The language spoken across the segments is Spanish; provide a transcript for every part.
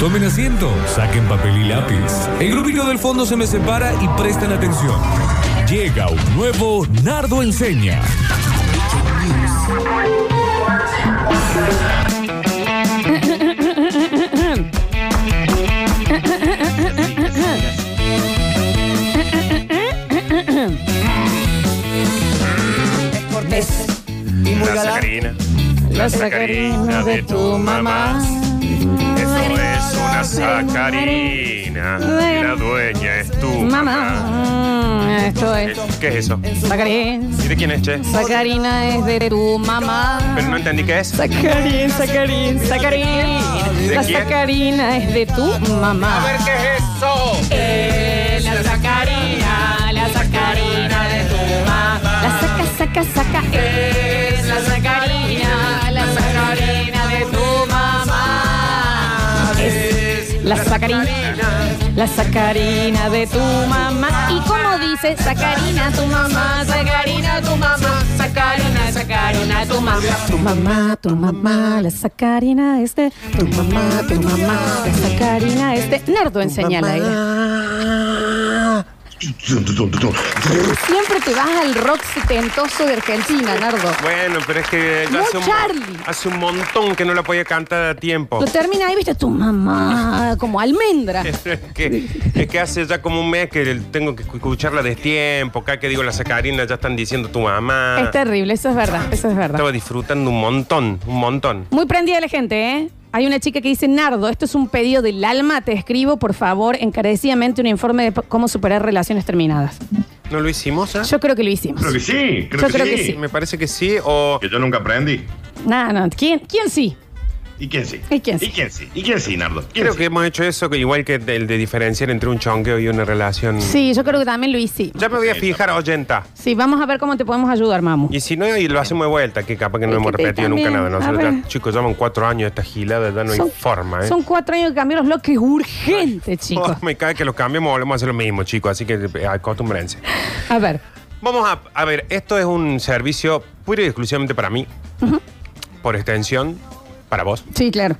Tomen asiento, saquen papel y lápiz. El grupito del fondo se me separa y prestan atención. Llega un nuevo Nardo Enseña. Cortés. Y muy La galán. sacarina. La La sacarina sacarina de tu mamá. Eso es una sacarina. Y la dueña es tu mamá. Mamá. Esto es. ¿Qué es eso? Sacarín. ¿Y de quién es, che? Sacarina es de tu mamá. Pero no entendí qué es. Sacarín, sacarín, sacarín. ¿De La quién? sacarina es de tu mamá. ¿Qué es eso? La sacarina, la sacarina de tu mamá. La saca, saca, saca. Es la sacarina, la sacarina de tu mamá. Es la sacarina. La sacarina de tu mamá. ¿Y cómo dice? Sacarina tu mamá, sacarina tu mamá, sacarina, sacarina tu mamá. Tu mamá, tu mamá, la sacarina este. Tu mamá, tu mamá, la sacarina este. Nardo, enseñala ahí. Siempre te vas al rock setentoso de Argentina, Nardo. Bueno, pero es que No, ya hace, un, Charlie. hace un montón que no la podía cantar a tiempo. Lo termina ahí, viste, tu mamá, como almendra. Es que, es que hace ya como un mes que tengo que escucharla a destiempo. Acá que digo la sacarina, ya están diciendo tu mamá. Es terrible, eso es verdad, eso es verdad. Estaba disfrutando un montón, un montón. Muy prendida la gente, ¿eh? Hay una chica que dice, Nardo, esto es un pedido del alma, te escribo, por favor, encarecidamente un informe de po- cómo superar relaciones terminadas. ¿No lo hicimos? ah? Yo creo que lo hicimos. Creo que sí, creo Yo que creo sí. que que sí. Me parece que sí, o yo nunca aprendí. Nah, no, ¿quién, quién sí? ¿Y quién sí? ¿Y quién sí? ¿Y quién sí? ¿Y quién sí, Nardo? ¿Quién creo sí? que hemos hecho eso, que igual que el de diferenciar entre un chonqueo y una relación. Sí, yo creo que también lo hicimos. Ya me voy a fijar a 80. Sí, vamos a ver cómo te podemos ayudar, mamu. Y si no, y lo hacemos de vuelta, que capaz que no Es hemos que te- repetido nunca también, nada. Nosotros a ver. ya, chicos, llevan cuatro años esta gilada, ya no hay forma, ¿eh? son cuatro años de cambiar los bloques urgente, chicos. Forma y cada vez que los cambiamos volvemos a hacer lo mismo, chicos, así que eh, acostúmbrense. A ver, Vamos a, a ver, esto es un servicio puro y exclusivamente para mí, por extensión, para vos. sí, claro.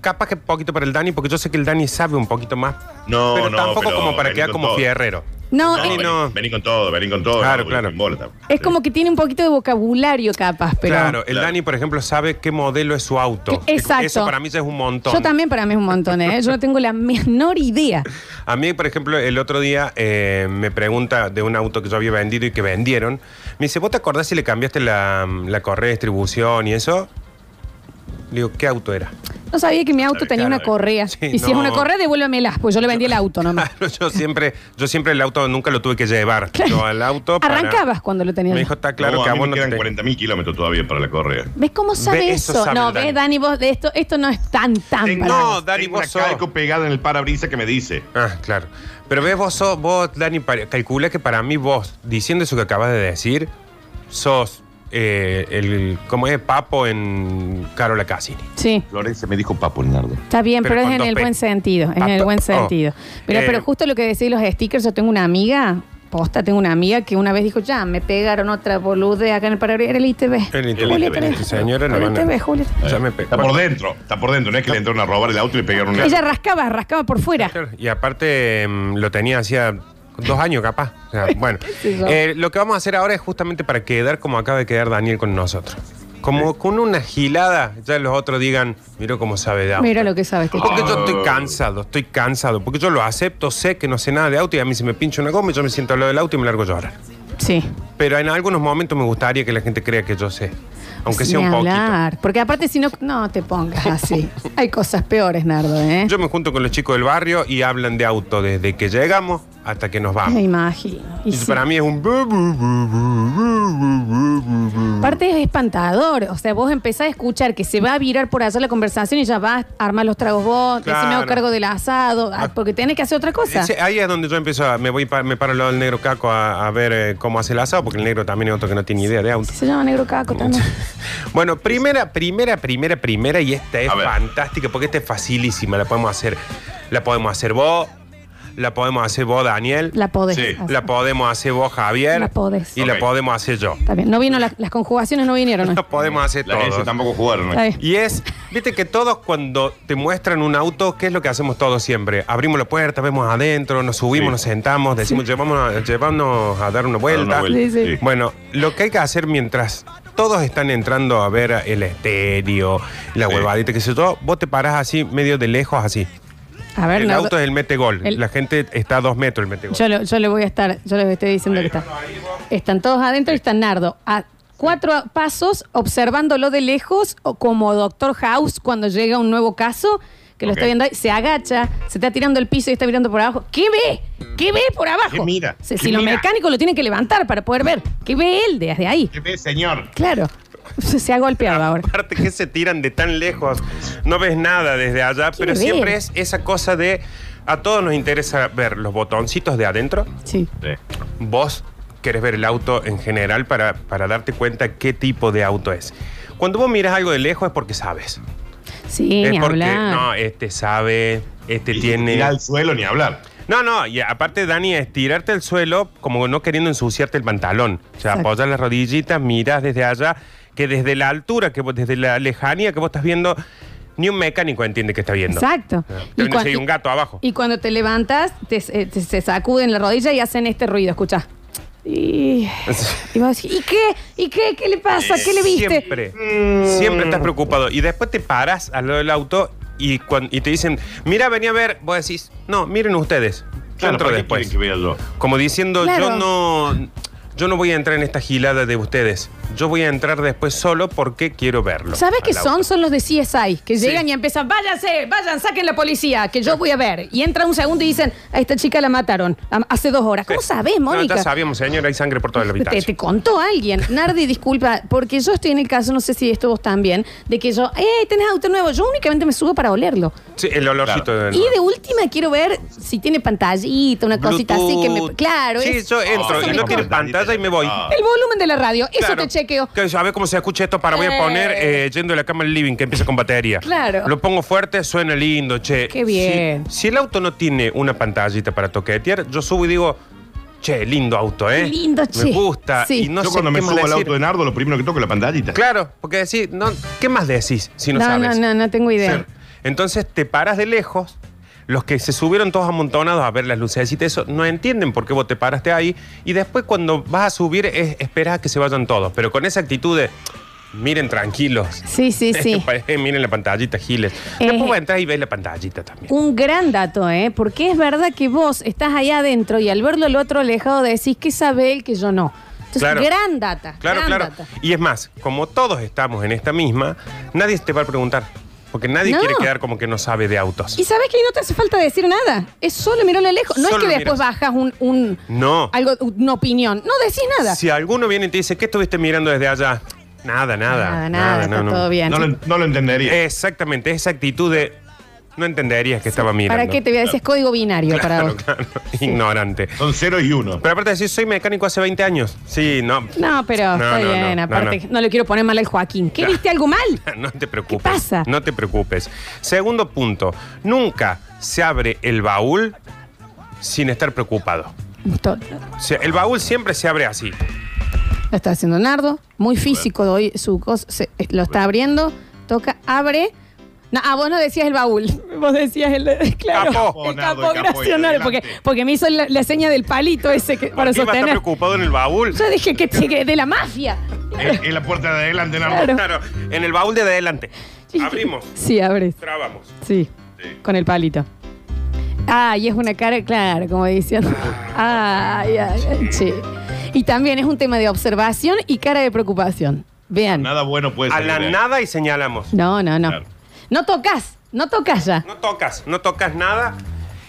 Capaz que un poquito para el Dani, porque yo sé que el Dani sabe un poquito más. No, pero no, tampoco pero como para vení quedar con como todo. fierrero. No, eh, No, es- vení, no. vení con todo, vení con todo. Claro, no, claro. porque me embola. Es como que tiene un poquito de vocabulario capaz, pero... claro, el Claro. Dani, por ejemplo, sabe qué modelo es su auto. Que- exacto. Eso para mí ya es un montón. Yo también para mí es un montón, ¿eh? Yo no tengo la menor idea. A mí, por ejemplo, el otro día eh, me pregunta de un auto que yo había vendido y que vendieron. Me dice, ¿vos te acordás si le cambiaste la, la correa de distribución y eso? Le digo, ¿qué auto era? No sabía que mi auto Claro, tenía claro. una correa. Sí, y si es no. una correa, devuélvemela, pues yo le vendí el auto nomás. Claro, yo siempre, yo siempre el auto nunca lo tuve que llevar. Yo al auto. para- Arrancabas cuando lo tenías. Me dijo, está Ah, claro No, que a mí vos me no quedan te. 40.000 kilómetros todavía para la correa. ¿Ves cómo sabe Ve, eso eso? sabe no, el Dani. ves, Dani, vos de esto, esto no es tan, tan Tengo- para no, Dani, tengo vos una sos- calco pegada en el parabrisas que me dice. Ah, claro. Pero ves, vos, sos- vos Dani, pa- calcula que para mí vos, diciendo eso que acabas de decir, sos eh, el, ¿cómo es? Papo en Carola Cassini. Sí. Florencia me dijo papo, Nardo. Está bien, Pero pero, es con en dos el P. buen sentido. Es en Ah, el pa- buen oh. sentido. Mira, Eh, pero justo lo que decís los stickers, yo tengo una amiga, posta, tengo una amiga que una vez dijo, ya, me pegaron otra bolude acá en el parabrisas, era el ITV. El ITV, Julia, el tenés- ITV, señora, el no, no. ITV, Julia. Ya me pe- Eh, Está por dentro, está por dentro. No es que le entraron a robar el auto y le pegaron una. Ella rascaba, rascaba por fuera. Claro, Y aparte mm, lo tenía hacía dos años capaz. O sea, bueno, sé yo? Eh, lo que vamos a hacer ahora es justamente para quedar como acaba de quedar Daniel con nosotros. Como con una gilada, ya los otros digan, miro cómo sabe de auto. Mira lo que este sabes que Porque yo Ah. estoy cansado, estoy cansado. Porque yo lo acepto, sé que no sé nada de auto y a mí se me pincha una goma y yo me siento al lado del auto y me largo a llorar. Sí. Pero en algunos momentos me gustaría que la gente crea que yo sé. Aunque sea Ni un poquito. hablar. Porque aparte, si no, no te pongas así. Hay cosas peores, Nardo, ¿eh? Yo me junto con los chicos del barrio y hablan de auto desde que llegamos hasta que nos vamos. me imagino. Y Y sí. para mí es un... bu, bu, bu, bu, bu, bu, bu, bu. Aparte es espantador. O sea, vos empezás a escuchar que se va a virar por allá la conversación y ya vas a armar los tragos vos, te Claro. me hago cargo del asado, ah, porque tenés que hacer otra cosa. Ese- ahí es donde yo empiezo, a, me voy pa- me paro al lado del negro caco a, a ver eh, cómo hace el asado, porque el negro también es otro que no tiene idea de auto. Se llama negro caco también. Bueno, primera, primera, primera, primera, y esta es A ver. fantástica, porque esta es facilísima, la podemos hacer, la podemos hacer vos, la podemos hacer vos, Daniel. La podés. Sí, hacer. la podemos hacer vos, Javier. La podés. Y la Ok. podemos hacer yo. Está bien. No vino las- las conjugaciones, no vinieron. La ¿no? podemos hacer La S todos. tampoco jugaron. Está ¿no? bien. Y es, viste que todos cuando te muestran un auto, ¿qué es lo que hacemos todos siempre? Abrimos la puerta, vemos adentro, nos subimos, Sí. nos sentamos, decimos, llevámonos, llevámonos a dar una Dar vuelta. una vuelta, Sí, sí. sí. Bueno, lo que hay que hacer mientras todos están entrando a ver el estéreo, la Sí. huevadita, que sé yo, vos te parás así, medio de lejos, así. A ver, El Nardo, auto es el metegol. el- La gente está a dos metros el metegol. yo, lo- yo le voy a estar, yo les estoy diciendo que está. Están todos adentro y está Nardo. A cuatro pasos, observándolo de lejos, o como Doctor House cuando llega un nuevo caso, que lo Ok. está viendo ahí, se agacha, se está tirando el piso y está mirando por abajo. ¿Qué ve? ¿Qué ve por abajo? ¿Qué mira? Si, ¿Qué si los mira? mecánicos lo tienen que levantar para poder ver. ¿Qué ve él desde ahí? ¿Qué ves, señor? Claro. Se ha golpeado ahora. Aparte que se tiran de tan lejos, no ves nada desde allá, pero ver. siempre es esa cosa de a todos nos interesa ver los botoncitos de adentro. Sí. Sí. Vos querés ver el auto en general para, para darte cuenta qué tipo de auto es. Cuando vos miras algo de lejos es porque sabes. Sí, es ni porque hablar. no, este sabe, este Y tiene. Ir al suelo ni hablar. No, no, y aparte, Dani, es tirarte al suelo como no queriendo ensuciarte el pantalón. O sea, Exacto. apoyas las rodillitas, miras desde allá, que desde la altura, que vos- desde la lejanía que vos estás viendo, ni un mecánico entiende que está viendo. Exacto. Ah, Pero no cuan- sé, hay un gato abajo. Y cuando te levantas, te, eh, te- se sacuden la rodilla y hacen este ruido, escucha. Y, y vos decís, ¿y qué? ¿Y qué? ¿Qué le pasa? ¿Qué le viste? Siempre, siempre estás preocupado. Y después te paras al lado del auto y, cuan- y te dicen, mira, venía a ver. Vos decís, no, miren ustedes. Yo Claro, entro ¿para qué después. quieren Que vea yo? Como diciendo, Claro. yo no. Yo no voy a entrar en esta gilada de ustedes. Yo voy a entrar después solo porque quiero verlo. ¿Sabes al qué auto. son? Son los de CSI, que Sí. llegan y empiezan, váyanse, vayan, saquen la policía, que yo voy a ver. Y entra un segundo y dicen, a esta chica la mataron a- hace dos horas. ¿Cómo Sí. sabes, No, Mónica? ya sabíamos, señor, hay sangre por toda la Te, habitación. te contó alguien. Nardi, disculpa, porque yo estoy en el caso, no sé si esto vos también, de que yo, ¡eh, tenés auto nuevo! Yo únicamente me subo para olerlo. Sí, el olorcito Claro. del- Y de última quiero ver si tiene pantallita, una cosita así que me. Bluetooth. Claro, Sí, es- yo Oh, entro ya y no me tiene acordé. pantalla y me voy. Ah. El volumen de la radio, eso Claro. te chequeo. Que, a ver cómo se escucha esto para voy a Eh. poner eh, yendo de la cama al living que empieza con batería. Claro. Lo pongo fuerte, suena lindo, che. Qué bien. Si, si el auto no tiene una pantallita para toquetear, yo subo y digo, che, lindo auto, ¿eh? Qué lindo, che. Me gusta. Sí. Y no yo sé cuando me qué más subo al decir. auto de Nardo, lo primero que toco es la pantallita. Claro, porque decís, no, ¿qué más decís si no, no, sabes? no, no, no tengo idea. Entonces te paras de lejos. Los que se subieron todos amontonados a ver las lucecitas, eso no entienden por qué vos te paraste ahí. Y después, cuando vas a subir, es, esperas a que se vayan todos. Pero con esa actitud de, miren tranquilos. Sí, sí, sí. Eh, miren la pantallita, Giles. Eh. Después vos entras y ves la pantallita también. Un gran dato, ¿eh? Porque es verdad que vos estás allá adentro y al verlo al otro alejado decís que sabe él que yo no. Entonces, Claro. gran data. Claro, gran claro. data. Y es más, como todos estamos en esta misma, nadie te va a preguntar. Porque nadie No. quiere quedar como que no sabe de autos. Y sabes que ahí no te hace falta decir nada. Es solo mirarlo a lejos. No Solo es que lo después miras. bajas un, un- No. algo, una opinión. No decís nada. Si alguno viene y te dice, ¿qué estuviste mirando desde allá? Nada, nada. nada, nada, no, está no. todo bien. No lo, no lo entendería. Eh. Exactamente, esa actitud de no entenderías que estaba mirando. ¿Para qué te voy a decir? Es código binario para vos. Ignorante. Son cero y uno. Pero aparte de decir, soy mecánico hace 20 años. Sí, no. No, pero No, está no, bien, no, aparte. no, No, le quiero poner mal al Joaquín. ¿Qué No. viste algo mal? No te preocupes. ¿Qué pasa? No te preocupes. Segundo punto, nunca se abre el baúl sin estar preocupado. To- O sea, el baúl siempre se abre así. Lo está haciendo Nardo, muy físico de hoy, su cosa, se- eh, lo está abriendo, toca, abre. No, ah, vos no decías el baúl, vos decías el, claro, Capó. el Nardo, capó, el capó, gracias, el Nardo, delante. porque, porque me hizo la, la seña del palito ese que, para ¿Quién va a estar sostener. preocupado en el baúl? Yo dije que, que de la mafia. En, en la puerta de adelante, Nardo. Claro. Claro, en el baúl de adelante. Abrimos, Sí, abres, trabamos. sí, con el palito. Ah, y es una cara, claro, como diciendo. Ay, ay, ay, sí. Y también es un tema de observación y cara de preocupación. Vean. Nada bueno puede A salir. la de ahí. nada y señalamos. No, no, no. Claro. No tocas, no tocas ya. No tocas, no tocas nada.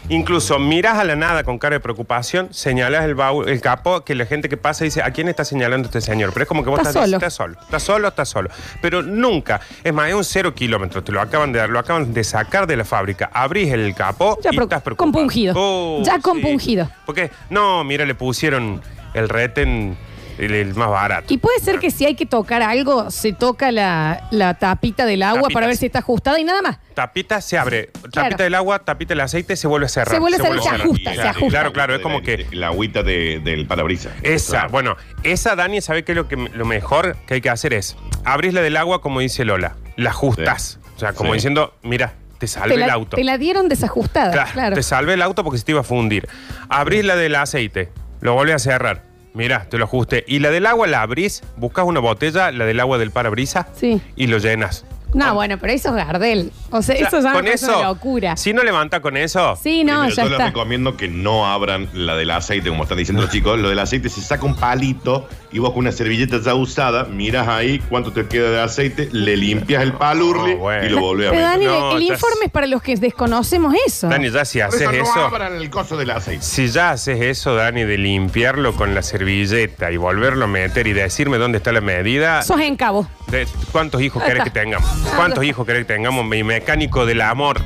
Incluso miras a la nada con cara de preocupación, señalas el baúl, el capó, que la gente que pasa dice, ¿a quién está señalando este señor? Pero es como que vos Está estás solo. estás solo, estás solo, estás solo. Pero nunca, es más, es un cero kilómetro, te lo acaban de dar, lo acaban de sacar de la fábrica. Abrís el capó Ya y pro- estás preocupado. Uh, compungido. Ya compungido. Porque, no, mira, le pusieron el reten El, el más barato. Y puede ser que si hay que tocar algo, se toca la, la tapita del agua Tapita, para ver sí. si está ajustada y nada más. Tapita se abre, tapita del agua, tapita el aceite, se vuelve a cerrar. Se vuelve a cerrar, vuelve se ajusta, cerrar. se ajusta. Claro, claro, es como que La agüita de- del parabrisas. Esa, Claro. bueno, esa Dani sabe que lo, que lo mejor que hay que hacer es abrís la del agua, como dice Lola, la ajustás. O sea, como Sí. diciendo, mira, te salve Te la, el auto. te la dieron desajustada, Claro, claro. Te salve el auto porque se te iba a fundir. Abrís la del aceite, lo volvés a cerrar. Mira, te lo ajusté. Y la del agua la abrís, buscas una botella, la del agua del parabrisas, Sí. y lo llenas. No, bueno, pero eso es Gardel. O sea, O sea, eso ya me parece una locura. Sí, Si no levanta con eso, no, Pero ya yo les está. recomiendo que no abran la del aceite, como están diciendo los chicos. Lo del aceite se saca un palito y vos con una servilleta ya usada, miras ahí cuánto te queda de aceite, le limpias el palurle No, Oh, bueno. y lo volvés a Pero meter. Dani, No, el ya informe sé. es para los que desconocemos eso. Dani, ya si Por haces eso no eso. abran el coso del aceite. Si ya haces eso, Dani, de limpiarlo con la servilleta y volverlo a meter y decirme dónde está la medida, Sos en cabo. de ¿cuántos hijos Ahí querés que está. tengamos? ¿Cuántos hijos querés que tengamos? Mi mecánico del amor.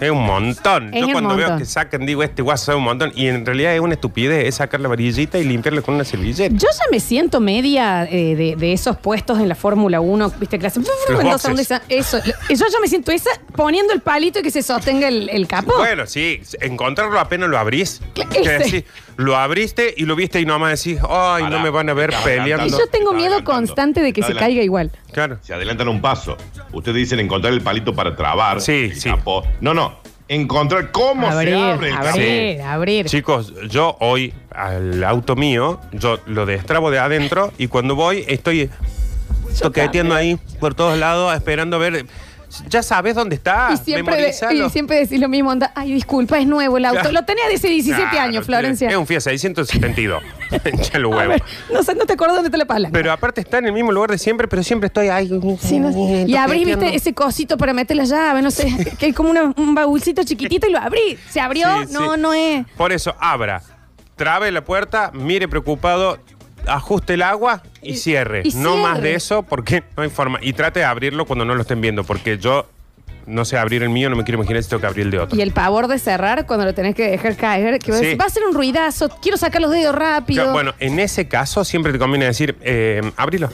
Es un montón. Es Yo un cuando veo montón. que sacan, digo, este guaso es un montón. Y en realidad es una estupidez, es sacar la varillita y limpiarlo con una servilleta. Yo ya me siento media eh, de, de esos puestos en la Fórmula 1, ¿viste? Clase. boxes. Eso. Yo ya me siento esa poniendo el palito y que se sostenga el, el capó. Bueno, sí, encontrarlo apenas lo abrís. Claro, Que ese. decís, lo abriste y lo viste y nomás decís, ay, no Pará, me van a ver está y peleando. no, yo tengo está miedo adelantando, constante de que está se caiga igual. Claro. Se adelantan un paso. Ustedes dicen encontrar el palito para trabar. Sí, el sí. capó. No, no. Encontrar cómo Abrir, se abre el capó. abrir, abrir. Chicos, yo hoy al auto mío, yo lo destrabo de adentro y cuando voy estoy toqueteando ahí por todos lados, esperando a ver. Ya sabes dónde está. Y siempre, de- memorízalo. y siempre decís lo mismo, onda, ay, disculpa, es nuevo el auto. Claro. Lo tenía desde 17 Claro, años, Florencia. Es un Fiat 672. ya lo A huevo. ver, no sé, no te acuerdo dónde te la palan. Pero aparte está en el mismo lugar de siempre, pero siempre estoy ahí. y abrís, toqueteando. viste, ese cosito para meter la llave, no sé, que hay como una- un baúlcito chiquitito y lo abrí. ¿Se abrió? Sí, no, sí. no es. Por eso, abra, trabe la puerta, mire preocupado, ajuste el agua y, cierre. y no más cierre. de eso porque no hay forma. Y trate de abrirlo cuando no lo estén viendo, porque yo no sé abrir el mío, no me quiero imaginar si tengo que abrir el de otro. Y el pavor de cerrar cuando lo tenés que dejar caer, que vos Sí. decís, va a ser un ruidazo, quiero sacar los dedos rápido. Claro, bueno, en ese caso siempre te conviene decir, eh, abrilo.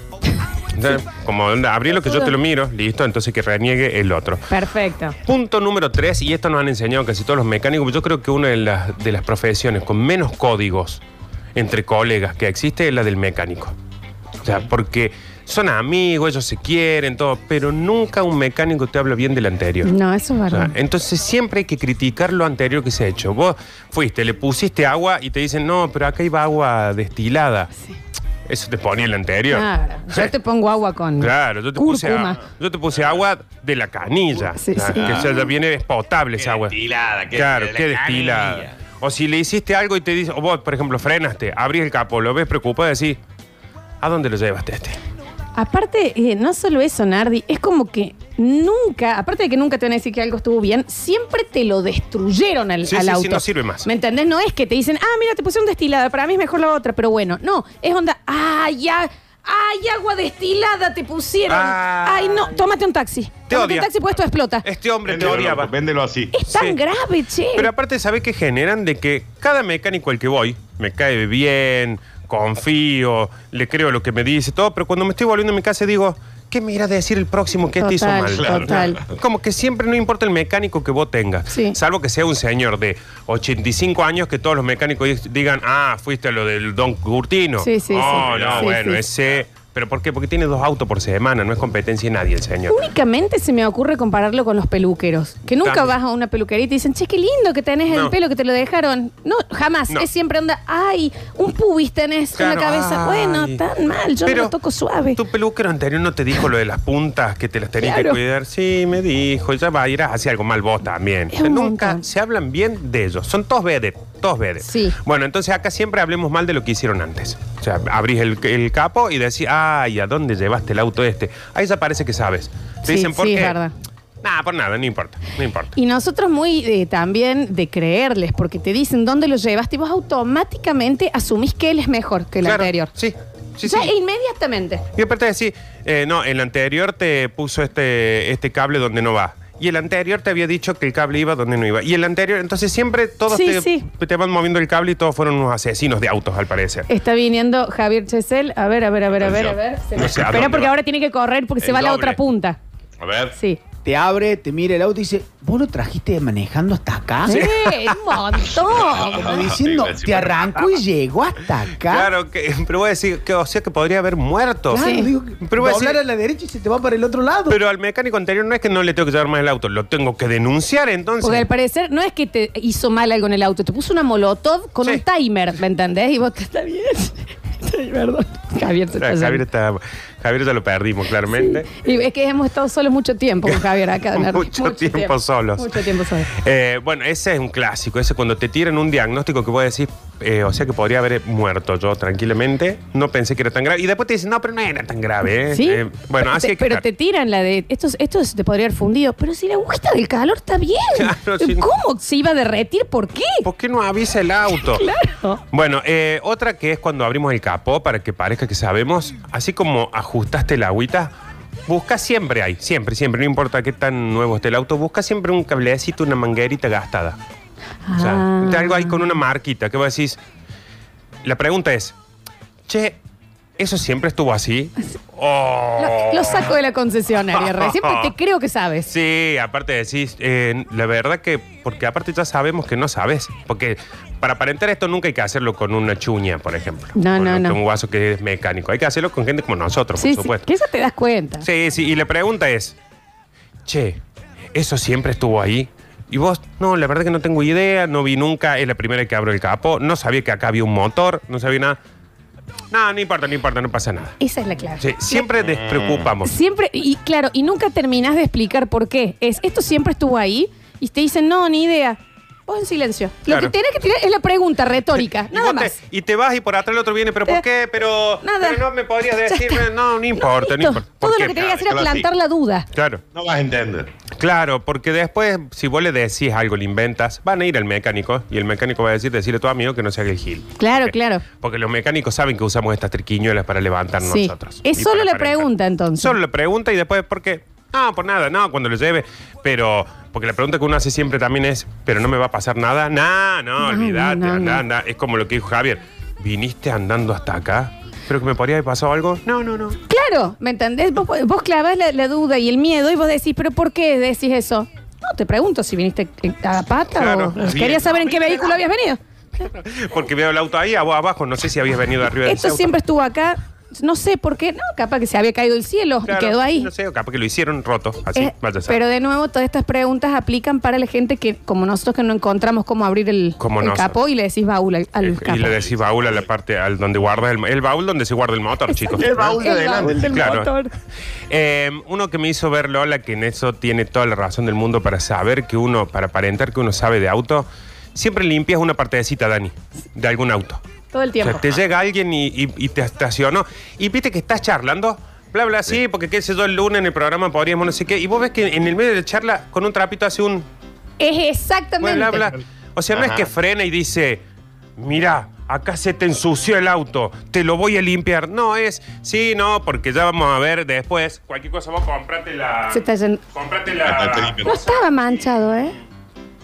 Ya, Como onda, abrilo que yo te lo miro, listo, entonces que reniegue el otro. Perfecto. Punto número tres, y esto nos han enseñado casi todos los mecánicos, pero yo creo que una de las, de las profesiones con menos códigos entre colegas que existe es la del mecánico. O sea, porque son amigos, ellos se quieren, todo, pero nunca un mecánico te habla bien del anterior. No, eso es O sea, verdad. entonces siempre hay que criticar lo anterior que se ha hecho. Vos fuiste, le pusiste agua y te dicen, no, pero acá iba agua destilada. Eso te ponía el anterior. Claro, yo te pongo agua con Claro, yo te, puse, Mm. cúrcuma. a- yo te puse agua de la canilla. Sí, O sea, sí. Que ya, ya viene es potable esa agua. destilada, qué- Claro, de la qué destilada. canilla. O si le hiciste algo y te dice, o vos, por ejemplo, frenaste, abrís el capo, lo ves preocupado y decís, ¿a dónde lo llevaste este? Aparte, eh, no solo eso, Nardi, es como que nunca, aparte de que nunca te van a decir que algo estuvo bien, siempre te lo destruyeron al, Sí, al sí, sí, auto. no sirve más. ¿Me entendés? No es que te dicen, ah, mira, te puse un destilado, para mí es mejor la otra, pero bueno, no, es onda, ay, ya, ay, agua destilada te pusieron, ay, Ay. no, tómate un taxi. Ah. Te tómate odia. un taxi, pues esto explota. Es, Este hombre te Véndelo, odiaba. loco, véndelo así. tan sí. grave, che. Pero aparte, ¿sabés qué generan? De que cada mecánico al que voy me cae bien, confío, le creo lo que me dice, todo, pero cuando me estoy volviendo a mi casa digo, ¿qué me irá a decir el próximo que este hizo Total, mal? Claro. total. Como que siempre no importa el mecánico que vos tengas, Sí. salvo que sea un señor de 85 años que todos los mecánicos di- digan, ah, fuiste a lo del Don Curtino. Sí, sí, oh, sí. no, Sí, bueno, sí. ese... ¿Pero por qué? Porque tiene dos autos por semana, no es competencia de nadie el señor. Únicamente se me ocurre compararlo con los peluqueros. Que nunca También. vas a una peluquería y te dicen, che, qué lindo que tenés el No. pelo que te lo dejaron. No, jamás. No. Es siempre anda, ay, un pubis tenés en Claro, la cabeza. ay. Bueno, tan mal, yo me Pero lo toco suave. Tu peluquero anterior no te dijo lo de las puntas que te las tenías Claro. que cuidar. Sí, me dijo. Ya va a ir a hacer algo mal vos también. Es un Nunca montón. se hablan bien de ellos. Son todos vedes, todos vedes. Sí. Bueno, entonces acá siempre hablemos mal de lo que hicieron antes. O sea, abrís el, el capo y decís, ay, ¿a dónde llevaste el auto este? Ahí ya parece que sabes. Te Sí, dicen, ¿por sí, es qué? verdad. Nah, por nada, no importa, no importa. Y nosotros muy eh, también de creerles, porque te dicen dónde lo llevaste y vos automáticamente asumís que él es mejor que el Claro, anterior. Sí, sí, ya sí. inmediatamente. Y aparte decir, eh, no, el anterior te puso este, este cable donde no va. Y el anterior te había dicho que el cable iba donde no iba. Y el anterior, entonces siempre todos Sí, te, sí. te van moviendo el cable y todos fueron unos asesinos de autos, al parecer. Está viniendo Javier Chesel. A ver, a ver, a ver, a ver, a ver. Se No sé a Espera dónde porque va. ahora tiene que correr porque se El va a la doble. otra punta. A ver. Sí. Te abre, te mira el auto y dice, ¿vos lo trajiste manejando hasta acá? ¡Eh, un montón! Como diciendo, Sí, encima te no. arrancó y llegó hasta acá. Claro, que, pero voy a decir que, o sea, que podría haber muerto. Claro, digo, que Pero voy a decir- doblar a la derecha y se te va para el otro lado. Pero al mecánico anterior no es que no le tengo que llevar más el auto, lo tengo que denunciar entonces. Porque al parecer no es que te hizo mal algo en el auto, te puso una molotov con Sí. un timer, ¿me entendés? Y vos, está bien. Está bien, Perdón. Javier se Ah, está yendo. Javier, está, Javier ya lo perdimos, claramente. Y es que hemos estado solos mucho tiempo con Javier acá. Nardi. Mucho tiempo solos. Mucho tiempo solos. Eh, bueno, ese es un clásico, ese cuando te tiran un diagnóstico que vos decís, eh, o sea que podría haber muerto yo tranquilamente, no pensé que era tan grave. Y después te dicen, no, pero no era tan grave. ¿eh". ¿Sí? Eh, bueno, Te- así es que... Pero te tiran la de. Esto, es- esto es- te podría haber fundido. Pero si la agujita del calor está bien. Claro, sí. ¿Cómo se iba a derretir? ¿Por qué? ¿Por qué no avisa el auto? Claro. Bueno, eh, otra que es cuando abrimos el capó para que parezca que sabemos, así como ajustaste la agüita, busca siempre ahí, siempre, siempre, no importa qué tan nuevo esté el auto, busca siempre un cablecito, una manguerita gastada. O sea, Ah. algo ahí con una marquita que vos decís. La pregunta es, che, ¿eso siempre estuvo así? Oh. Ah. Lo, lo saco de la concesionaria, Re. Siempre te creo que sabes. Sí, aparte decís, eh, la verdad que, porque aparte ya sabemos que no sabes, porque para aparentar esto nunca hay que hacerlo con una chuña, por ejemplo. No, Con no, un- no. Con un vaso que es mecánico, hay que hacerlo con gente como nosotros, Sí, sí, por supuesto. que eso te das cuenta. Sí, sí, y la pregunta es, che, ¿eso siempre estuvo ahí? Y vos, no, la verdad que no tengo idea, no vi nunca, es la primera que abro el capó, no sabía que acá había un motor, no sabía nada. No, no importa, no importa, no pasa nada. Esa es la clave. Sí, siempre La- despreocupamos. siempre, y claro, y nunca terminás de explicar por qué. Es esto siempre estuvo ahí y te dicen, no, ni idea. Vos en silencio. Lo Claro. que tenés que tirar es la pregunta retórica, y, nada vos te- más. y te vas y por atrás el otro viene, pero Eh, ¿por qué? Pero, nada. pero no me podrías Ya decir, está. no, no importa, no, Listo. importa. ¿Por Todo qué? lo que tenés que hacer es Claro, claro, plantar sí. la duda. Claro, No vas a entender. claro, porque después si vos le decís algo, le inventas, van a ir al mecánico y el mecánico va a decir, decirle a tu amigo que no se haga el gil. Claro, Eh, claro. Porque los mecánicos saben que usamos estas triquiñuelas para levantar Sí. nosotros. Es Y solo para la aparentar. pregunta, entonces. Solo la pregunta y después, ¿por qué? No, por nada, no, cuando lo lleve. Pero, porque la pregunta que uno hace siempre también es, ¿pero no me va a pasar nada? No, no, No, olvídate, no, no, anda, no. anda. Es como lo que dijo Javier. ¿Viniste andando hasta acá? ¿Pero que me podría haber pasado algo? No, no, no. Claro, ¿me entendés? Vos, vos clavas la, la duda y el miedo y vos decís, ¿pero por qué decís eso? No, te pregunto si viniste en- a pata Claro, o bien. querías saber en qué vehículo habías venido. Porque veo el auto ahí, a vos abajo, no sé si habías venido arriba del Esto siempre estuvo acá, no sé por qué, no, capaz que se había caído el cielo y quedó ahí. No sé, o capaz que lo hicieron roto, así, Eh, vaya a saber. pero de nuevo, todas estas preguntas aplican para la gente que, como nosotros, que no encontramos cómo abrir el, Como el nosotros. capó y le decís baúl al, al Eh, capó. Y le decís baúl a la parte al donde guardas el, el baúl donde se guarda el motor, chicos. El baúl de El baúl adelante. del Claro. motor. Eh, uno que me hizo ver Lola, que en eso tiene toda la razón del mundo para saber que uno, para aparentar que uno sabe de auto, siempre limpias una partecita, Dani, de algún auto. Todo el tiempo. O sea, te llega alguien y, y- y te estacionó y viste que estás charlando. Bla, bla, sí, porque qué sé yo, el lunes en el programa podríamos no sé qué. Y vos ves que en el medio de la charla, con un trapito hace un Es exactamente. bla, bla, bla. Pues O sea, no es Ajá. que frena y dice, mira, acá se te ensució el auto, te lo voy a limpiar. No, es, sí, no, porque ya vamos a ver después. Cualquier cosa, vos comprate la... Se está yendo. Comprate Acá te la... limpio. No estaba manchado, ¿eh?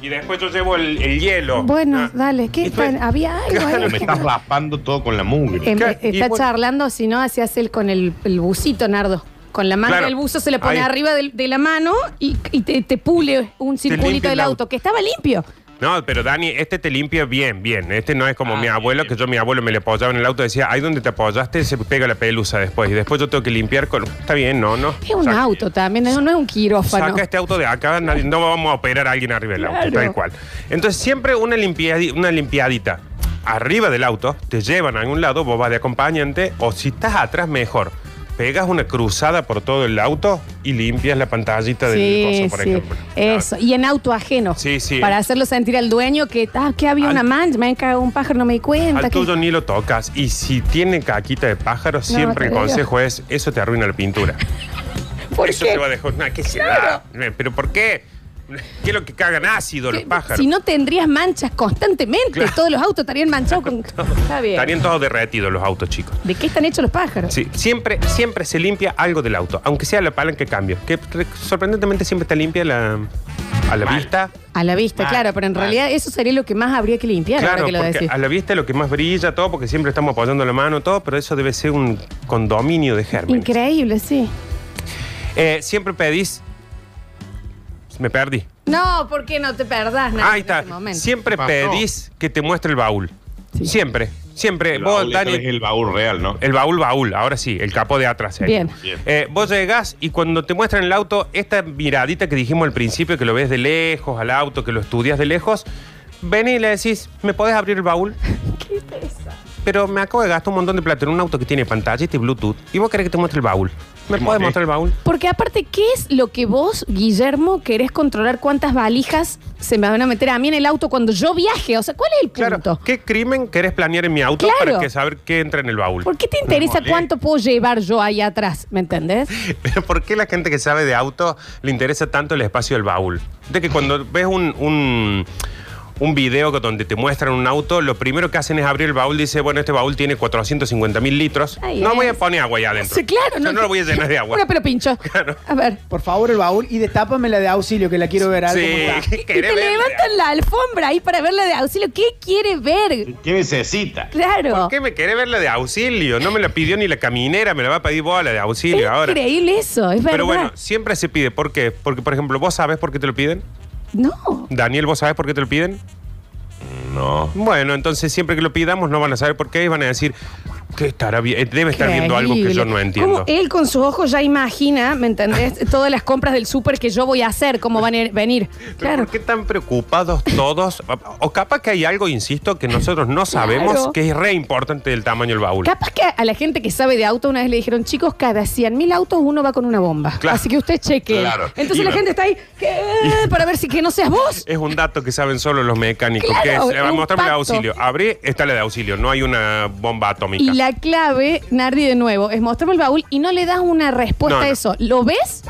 Y después yo llevo el, el hielo. Bueno, Ah. dale, ¿qué Esto es- tal? Había algo Claro, ahí. Me estás raspando todo con la mugre. Em, Claro, y está bueno. charlando, si no, se hace el, con el, el bucito, Nardo. Con la mano Claro. del buzo se le pone Ahí. arriba del- de, la mano y, y te, te pule un circulito limpia del el auto, auto. que estaba limpio. No, pero Dani, este te limpia bien, bien. Este no es Ah, como mi abuelo, que yo mi abuelo me le apoyaba en el auto y decía, ahí donde te apoyaste se pega la pelusa después. Y después yo tengo que limpiar con... Está bien, no, no. Es un Saca- auto también, no, no es un quirófano. Saca este auto de acá, nadie- no vamos a operar a alguien arriba del auto, Claro. tal cual. Entonces, siempre una, limpiadi- una limpiadita arriba del auto, te llevan a algún lado, vos vas de acompañante, o si estás atrás, mejor. Pegas una cruzada por todo el auto y limpias la pantallita del Sí, coso, por sí. ejemplo. Eso. Y en auto ajeno. Sí, sí. Para hacerlo sentir al dueño que, ah, que había Al- una mancha, me han cagado un pájaro, no me di cuenta. Al que- tuyo ni lo tocas. Y si tiene caquita de pájaro, siempre el te digo. consejo es, eso te arruina la pintura. ¿Por eso qué? te va a dejar una que se da. Eh, Pero ¿por qué? ¿Qué es lo que cagan ácido los ¿Qué? pájaros? Si no tendrías manchas constantemente, Claro. todos los autos estarían manchados con. Está bien. Estarían todos derretidos los autos, chicos. ¿De qué están hechos los pájaros? Sí, siempre, siempre se limpia algo del auto, aunque sea la palanca que cambia. Que re- sorprendentemente siempre está limpia la, a la vista. A la vista, Mal, claro, pero en mal. realidad eso sería lo que más habría que limpiar, ahora Claro, que lo porque decís. a la vista es lo que más brilla, todo, porque siempre estamos apoyando la mano, todo, pero eso debe ser un condominio de gérmenes. Increíble, sí. Eh, siempre pedís. Me perdí. No, ¿por qué no te perdás nada? Ahí en está. este momento? Siempre Pasó. pedís que te muestre el baúl. Sí. Siempre. Siempre. El Vos, baúl, esto Dani, es el baúl real, ¿no? El baúl, baúl, ahora sí, el capó de atrás. eh. Bien. Bien. Eh, vos llegás y cuando te muestran el auto, esta miradita que dijimos al principio, que lo ves de lejos al auto, que lo estudias de lejos, ven y le decís, ¿me podés abrir el baúl? Pero me acabo de gastar un montón de plata en un auto que tiene pantallita y Bluetooth. ¿Y vos querés que te muestre el baúl? ¿Me Sí, podés sí. mostrar el baúl? Porque aparte, ¿qué es lo que vos, Guillermo, querés controlar cuántas valijas se me van a meter a mí en el auto cuando yo viaje? O sea, ¿cuál es el Claro. punto? ¿Qué crimen querés planear en mi auto Claro. para que saber qué entra en el baúl? ¿Por qué te interesa molesta. cuánto puedo llevar yo ahí atrás? ¿Me entendés? Pero ¿por qué la gente que sabe de auto le interesa tanto el espacio del baúl? De que cuando ves un, un, un video que- donde te muestran un auto, lo primero que hacen es abrir el baúl y dice, bueno, este baúl tiene 450 mil litros. Ahí no es. voy a poner agua ahí adentro. Sí, claro. Yo no, lo voy a llenar de agua. Una pero pincho. A ver. Por favor, el baúl y destápame la de auxilio, que la quiero ver. a ver cómo está. Sí, Y te querés ver- levantan la alfombra ahí para verla de auxilio. ¿Qué quiere ver? ¿Qué necesita? Claro. ¿Por qué me querés ver la de auxilio? No me la pidió ni la caminera, me la va a pedir vos la de Es auxilio ahora. increíble eso, es verdad. Pero bueno, siempre se pide. ¿Por qué? Porque, por ejemplo, ¿vos sabés por qué te lo piden? No. Daniel, ¿vos sabés por qué te lo piden? No. Bueno, entonces siempre que lo pidamos no van a saber por qué y van a decir que estará vi- eh, debe estar viendo algo que yo Increíble. no entiendo. Como él con sus ojos ya imagina, ¿me entendés? Todas las compras del súper que yo voy a hacer, cómo van a venir. ¿Pero Claro. ¿Por qué tan preocupados todos? O capaz que hay algo, insisto, que nosotros no sabemos Claro. que es re importante del tamaño del baúl. Capaz que a la gente que sabe de auto una vez le dijeron, chicos, cada 100.000 autos uno va con una bomba. Claro. Así que usted cheque. Claro. Entonces Y la va- gente está ahí ¿qué? para ver si que no seas vos. Es un dato que saben solo los mecánicos. Claro, que es, eh, es un mostrame la de pacto. auxilio. Abrí, está la de auxilio. No hay una bomba atómica. Y la clave, Nardi, de nuevo, es mostrarme el baúl y no le das una respuesta No, a no. eso. ¿Lo ves?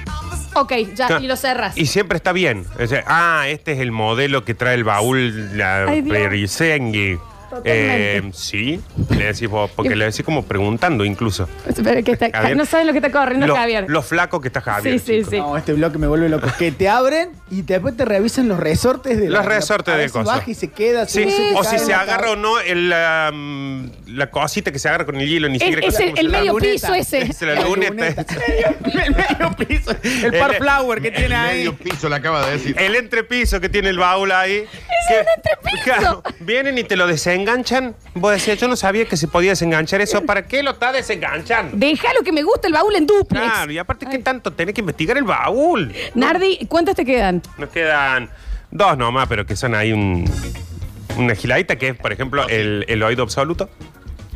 Ok, ya, Claro. Ah, y lo cerras. Y siempre está bien. O sea, ah, este es el modelo que trae el baúl, la Ay, Dios. Perisengui. Totalmente. Eh, sí, le decís vos, porque le decís como preguntando incluso. Espera, que está- Javier. no saben lo que está corriendo, lo, Javier. lo flaco que está Javier. Sí, sí, chicos. sí. No, este bloque me vuelve loco. Que te abren y después te revisan los resortes de Los la- resortes a ver del si coso. baja y se queda. Sí, sube, te o cae si en se la agarra o cabeza. no el, la, mm, la cosita que se agarra con el hilo, ni Es, siquiera es sé el, cómo se el llama. medio luneta. piso ese. Es la La luneta. luneta. el medio piso. El par flower que tiene Medio ahí. piso le acaba de decir. El entrepiso que tiene el baúl ahí. que- Claro, vienen y te lo desenganchan. Vos decías, yo no sabía que se podía desenganchar eso. ¿Para qué lo está desenganchando? Deja lo que me gusta el baúl en duplex. Claro, y aparte, ¿qué tanto tenés que investigar el baúl? Nardi, ¿cuántas te quedan? Nos quedan dos nomás, pero que son ahí un, una giladita, que es, por ejemplo, el, el oído absoluto.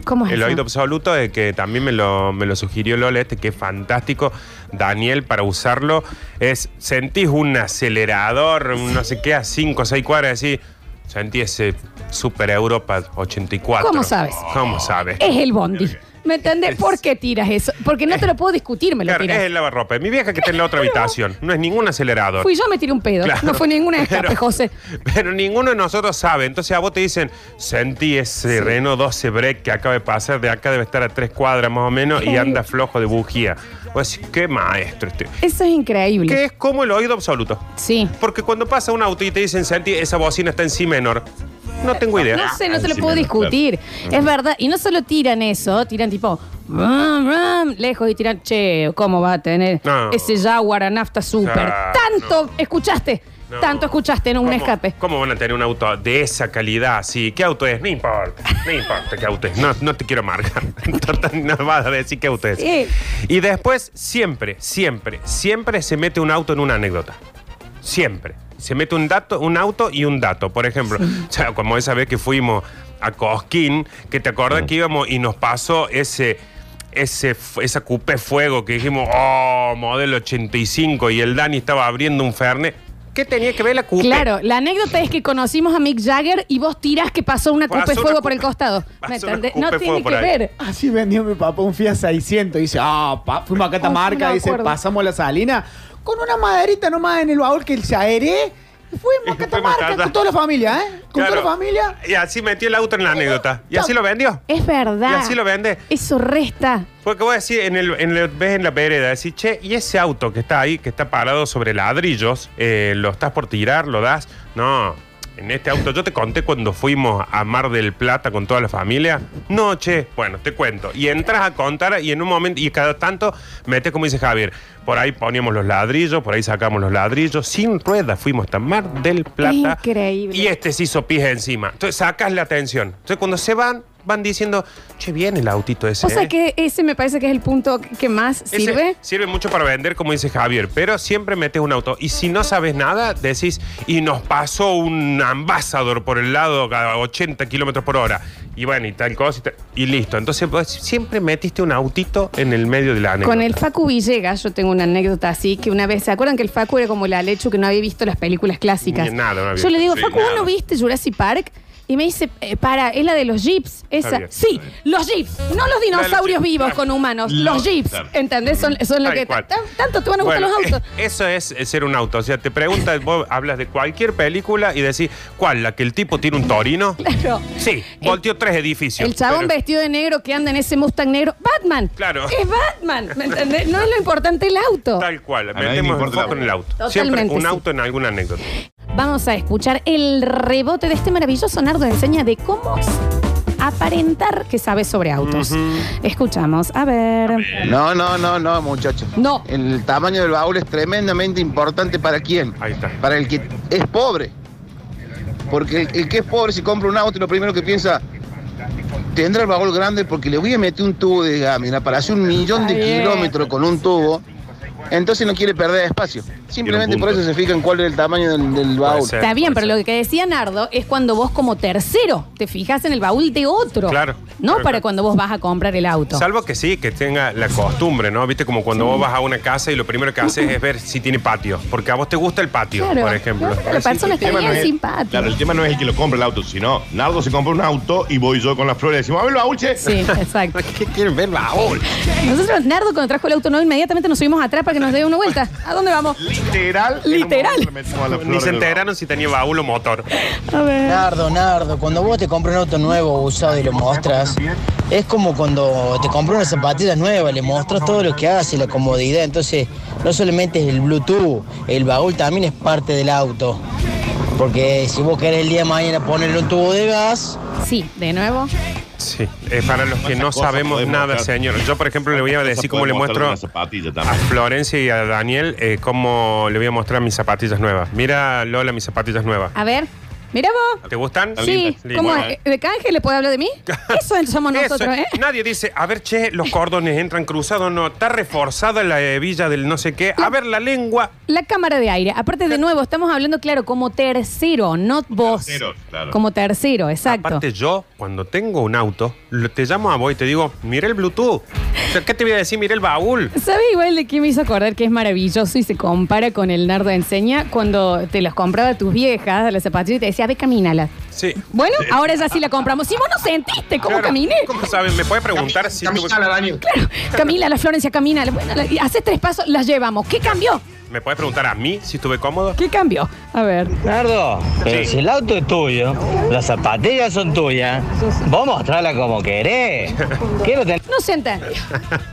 ¿Cómo es? El eso? oído absoluto, eh, que también me lo, me lo sugirió Lola, este que es fantástico. Daniel, para usarlo, es sentís un acelerador, un no sé qué, a 5 o 6 cuadras, así. Sentí ese Super Europa 84. ¿Cómo sabes? Eh, ¿Cómo sabes? Es el bondi. ¿Me entendés? ¿Por qué tiras eso? Porque no te lo puedo discutir, me lo Claro, es tiras. el lavarropa. Mi vieja que está en la otra habitación. No es ningún acelerador. Fui yo, me tiré un pedo. Claro. No fue ninguna escape, Pero- José. Pero ninguno de nosotros sabe. Entonces a vos te dicen, sentí ese Renault 12 break que acaba de pasar, de acá debe estar a tres cuadras más o menos y Claro. anda flojo de bujía. Vos decís, qué maestro este. Eso es increíble. Que es como el oído absoluto. Sí. Porque cuando pasa un auto y te dicen, sentí, esa bocina está en si menor. No tengo idea. No sé, no te lo sí, puedo menos, discutir. Mm. Es verdad. Y no solo tiran eso, tiran tipo. "Brum, brum", lejos y tiran, che, ¿cómo va a tener No. ese Jaguar a nafta super? Ah, Tanto escuchaste, No. tanto escuchaste en un ¿Cómo- escape. ¿Cómo van a tener un auto de esa calidad? Sí, ¿qué auto es? No importa. No importa qué auto es. No, no te quiero marcar. Total, no vas a decir qué auto es. Sí. Y después, siempre, siempre, siempre se mete un auto en una anécdota. Siempre. Se mete un dato, un auto y un dato. Por ejemplo, o sea, como esa vez que fuimos a Cosquín, que te acordás que íbamos y nos pasó ese. Ese, f- esa coupé fuego que dijimos, oh, modelo 85, y el Dani estaba abriendo un Fernet. ¿Qué tenía que ver la coupé? Claro, la anécdota es que conocimos a Mick Jagger y vos tirás que pasó una Pasó copa de una fuego copa- por el costado. pasó ¿Me una entendés? copa No de tiene fuego por que ahí. ver. Así vendió mi papá un Fiat 600. Dice, ah, pa, fuimos a Oh, no Catamarca. me dice, acuerdo. pasamos la salina. con una maderita nomás en el baúl que se aeree. Y fuimos a Catamarca Catamarca. con toda la familia, ¿eh? Con Claro. toda la familia. Eh, Y así metió el auto en la anécdota. Y así lo vendió. Es verdad. Y así lo vende. Eso resta. Porque voy a decir, en el, en el- ves en la vereda, decís, che, y ese auto que está ahí, que está parado sobre ladrillos, eh, lo estás por tirar, lo das. No, en este auto, yo te conté cuando fuimos a Mar del Plata con toda la familia. No, che, bueno, te cuento. Y entras a contar y en un momento, y cada tanto, metes como dice Javier, por ahí poníamos los ladrillos, por ahí sacamos los ladrillos, sin ruedas fuimos hasta Mar del Plata. Increíble. Y este se hizo pis encima. Entonces sacas la atención. Entonces cuando se van, van diciendo, che, viene el autito ese. O sea ¿eh?". que ese me parece que es el punto que más Ese sirve. Sirve mucho para vender, como dice Javier, pero siempre metes un auto. Y si no sabes nada, decís, y nos pasó un ambasador por el lado a 80 kilómetros por hora. Y bueno, y tal cosa, y, tal- y listo. Entonces, vos siempre metiste un autito en el medio de la anécdota. Con el Facu Villegas, yo tengo una anécdota así, que una vez, ¿se acuerdan que el Facu era como la Lechu que no había visto las películas clásicas? Ni nada, no había yo le digo, visto, sí, Facu, ¿vos nada. no viste Jurassic Park? Y me dice, eh, para, es la de los jeeps, esa. bien, sí, los jeeps, no los dinosaurios jeeps, vivos claro. con humanos, Los- los jeeps, claro. ¿entendés? Son, son lo Tal que... cual. tan- Tanto te van a gustar Bueno, los autos. eh, Eso es eh, ser un auto. O sea, te preguntas, vos hablas de cualquier película y decís, ¿cuál? ¿La que el tipo tiene un torino? Claro. Sí, volteó tres edificios. El chabón eh, pero- vestido de negro que anda en ese Mustang negro, Batman. Claro. Es Batman, ¿me entendés? No es lo importante el auto. Tal cual, nadie le metemos el importa el foco en el auto. Totalmente, Siempre un sí. auto en alguna anécdota. Vamos a escuchar el rebote de este maravilloso Nardo enseña de cómo aparentar que sabes sobre autos. Escuchamos, a ver. No, no, no, no, muchachos. No. El tamaño del baúl es tremendamente importante para quién. Ahí está. Para el que es pobre. Porque el, el que es pobre, si compra un auto, lo primero que piensa, tendrá el baúl grande porque le voy a meter un tubo de gamina para hacer un millón de Está bien. kilómetros con un tubo. Entonces no quiere perder espacio. Simplemente por punto. eso se fijan cuál es el tamaño del, del baúl. ser. Está bien, pero lo que decía Nardo es cuando vos como tercero te fijas en el baúl de otro. Claro. No Claro, para claro. cuando vos vas a comprar el auto. Salvo que sí, que tenga la costumbre, ¿no? Viste, como cuando vos vas a una casa y lo primero que haces es ver si tiene patio. Porque a vos te gusta el patio, Claro. por ejemplo. Claro, pero personas que tema no vienen es- sin patio. Claro, el tema no es el que lo compra el auto, sino Nardo se compra un auto y voy yo con las flores y decimos, a ver el baúl, che. Sí, exacto. ¿Qué quieren ver, baúl? Nosotros, Nardo, cuando trajo el auto nuevo, inmediatamente nos subimos atrás para que nos dé una vuelta. ¿A dónde vamos? Literal. en un Literal. momento le metemos a la flor Ni se en el baúl. enteraron si tenía baúl o motor. A ver. Nardo, Nardo, cuando vos te compras un auto nuevo usado y lo mostras, es como cuando te compras una zapatilla nueva, le mostras todo lo que hace, la comodidad. Entonces, no solamente es el Bluetooth, el baúl también es parte del auto. Porque si vos querés el día de mañana ponerle un tubo de gas, Sí, de nuevo. Sí. Eh, para los que no Cosas sabemos podemos nada, mostrar. señor. Yo, por ejemplo, le voy a Cosas decir cómo le podemos mostrar muestro una zapatilla a también. Florencia y a Daniel eh, cómo le voy a mostrar mis zapatillas nuevas. Mira, Lola, mis zapatillas nuevas. A ver. Mira vos. ¿Te gustan? Ah. Sí, linda. ¿cómo Bueno, es? ¿De canje le puede hablar de mí? Eso somos Eso, nosotros, ¿eh? Nadie dice, a ver, che, los cordones entran cruzados, no, está reforzada la hebilla del no sé qué. A ver, la lengua. La cámara de aire. Aparte, de nuevo, estamos hablando, claro, como tercero, no vos. tercero, claro. Como tercero, exacto. Aparte, yo, cuando tengo un auto, lo- te llamo a vos y te digo, mira el Bluetooth. O sea, ¿Qué te voy a decir? Mira el baúl. ¿Sabes igual de qué me hizo acordar que es maravilloso y se compara con el nardo enseña cuando te los compraba tus viejas, las zapatillas, y te decía, ve, camínala. Sí. Bueno, ahora ya sí la compramos. Si vos no sentiste cómo Claro, caminé. ¿Cómo saben? ¿Me puede preguntar si tuve- Claro, camila, la Florencia, camina. Bueno, la- y haces tres pasos, las llevamos. ¿Qué cambió? ¿Me puede preguntar a mí si estuve cómodo? ¿Qué cambió? A ver. Nardo, pero Sí. si el auto es tuyo, las zapatillas son tuyas, vos mostrala como querés. ¿Qué no tenés? No se entendió.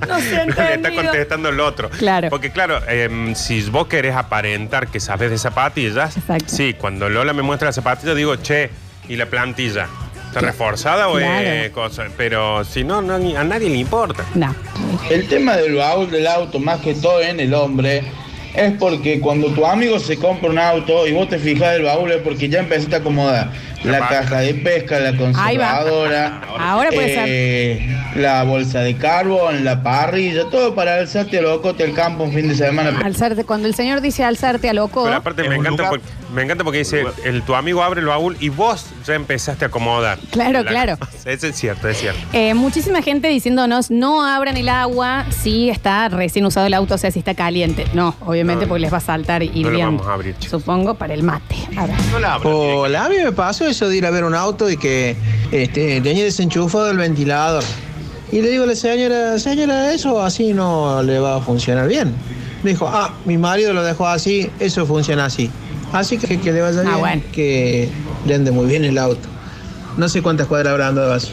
No se Le está entendió. contestando el otro. Claro. Porque, claro, em, si vos querés aparentar que sabes de zapatillas, Exacto. sí, cuando Lola me muestra la zapatilla, digo, che, ¿y la plantilla? ¿Está reforzada o es Claro. cosa? Pero si no, no, ni- a nadie le importa. No. El tema del baúl del auto, más que todo en el hombre, es porque cuando tu amigo se compra un auto y vos te fijas el baúl es porque ya empezaste a acomodar La la paja. caja de pesca, la Ahí va. conservadora, Ahora puede ser. eh, la bolsa de carbón, la parrilla, todo para alzarte locote el campo un fin de semana. Alzarte. Cuando el señor dice alzarte a loco. Pero aparte Es me un encanta, lugar. porque, me encanta porque dice, el, tu amigo abre el baúl y vos ya empezaste a acomodar. Claro, claro. Eso es cierto, es cierto. Eh, muchísima gente diciéndonos no abran el agua si está recién usado el auto, o sea, si está caliente. No, obviamente No, porque les va a saltar y no lo bien, vamos a abrir, chicos. Supongo para el mate. A ver. Ah, No la abro. Hola, a mí me pasó eso de ir a ver un auto y que este, tenía desenchufado el ventilador. Y le digo a la señora, señora, eso así no le va a funcionar bien. Dijo, ah, mi marido lo dejó así, eso funciona así. Así que que le vaya Ah, bien, bueno. que le ande muy bien el auto. No sé cuántas cuadras habrá andado así.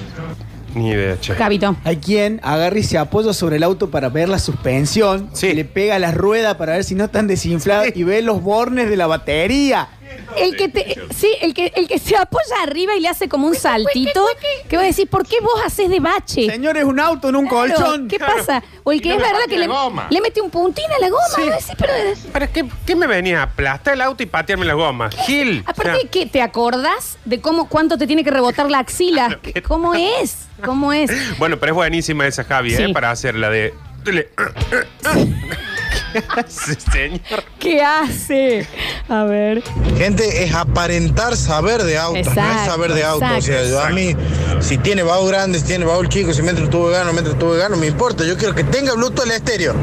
Ni idea, che. Capito. Hay quien agarra y se apoya sobre el auto para ver la suspensión, Sí. le pega a la rueda para ver si no están desinfladas y ve los bornes de la batería. El que te, sí, el que, el que se apoya arriba y le hace como un saltito, que va a decir, ¿por qué vos haces de bache? Señor, es un auto, en un Claro, colchón. ¿Qué pasa? O el Y que no es me verdad parte que la le, goma. le mete un puntín a la goma. Sí. ¿no? Sí, pero ¿Para qué, qué me venías a aplastar el auto y patearme las gomas? Gil. aparte O sea, de que te acordás de cómo cuánto te tiene que rebotar la axila. Claro, ¿qué ¿Cómo es? ¿Cómo es? Bueno, pero es buenísima esa Javi, Sí. ¿eh? Para hacer la de. Dile. Sí, señor. ¿Qué hace? A ver. Gente, es aparentar saber de autos, no es Exacto, saber de autos. O sea, yo a exacto. mí, si tiene baúl grande, si tiene baúl chico, si mete el tubo de gano, mete el tubo de gano, me importa. Yo quiero que tenga Bluetooth el estéreo.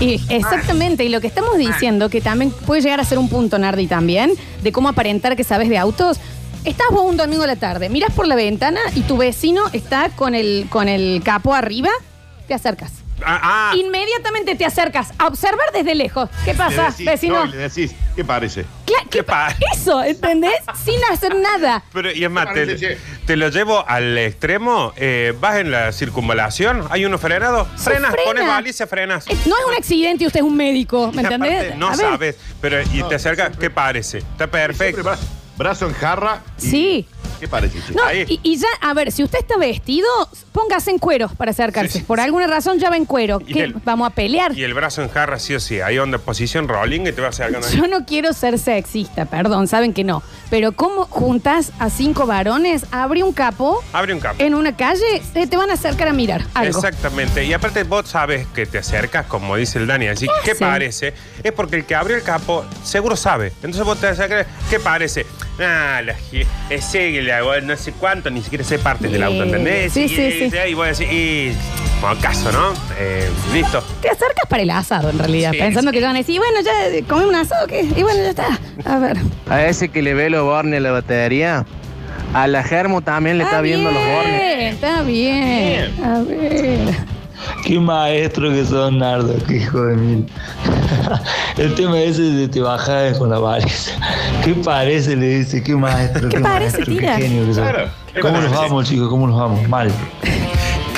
Y exactamente, y lo que estamos diciendo, que también puede llegar a ser un punto, Nardi, también, de cómo aparentar que sabes de autos. Estás vos un domingo a la tarde, miras por la ventana y tu vecino está con el, con el capo arriba, te acercas. Ah, ah. Inmediatamente te acercas a observar desde lejos. ¿Qué Le pasa, decís, Ah, vecino? no, y le decís, ¿qué parece? Cla- ¿Qué ¿Qué pa- pa- Eso, ¿entendés? Sin hacer nada. Pero, y es más, te, Che. te lo llevo al extremo. eh, vas en la circunvalación, hay uno frenado, Se frenas, frena. pones baliza, frenas. Eh, No es un accidente y usted es un médico, ¿me Y aparte entendés? no A ver. sabes, pero y te acerca, ¿qué parece? Está Siempre perfecto. brazo, brazo en jarra. y- Sí. ¿Qué parece, che? No, Ahí. y, y ya, a ver, si usted está vestido, póngase en cuero para acercarse. Sí, sí, Por sí. alguna razón ya va en cuero. Y ¿Qué? el- ¿Vamos a pelear? Y el brazo en jarra, sí o sí. Ahí onda, posición rolling y te vas acercando. Yo no quiero ser sexista, perdón, saben que no. Pero ¿cómo juntas a cinco varones, abre un capo Abre un campo. en una calle, se te van a acercar a mirar algo? Exactamente. Y aparte vos sabes que te acercas, como dice el Dani, así ¿qué hacen? parece? Es porque el que abrió el capo seguro sabe. Entonces vos te acercas, ¿qué parece? Ah, la gi- ese, la- no sé cuánto, ni siquiera sé partes del auto, Eh, ¿entendés? sí, y, sí, sí. Y voy a decir, y como caso, ¿no? Eh, listo. Te acercas para el asado, en realidad, Sí, pensando sí. que te van a decir, bueno, ya eh, comí un asado, ¿qué? Y bueno, ya está. A ver. A ese que le ve los bornes a la batería, a la Germo también Ah, bien, Está bien. A ver. Qué maestro que son, Nardo, qué hijo de mil. El tema ese de te bajar con la varilla. ¿Qué parece? Le dice, qué maestro. ¿Qué parece, tira? que son. Claro. ¿Cómo los vamos, chicos? ¿Cómo los vamos? Mal.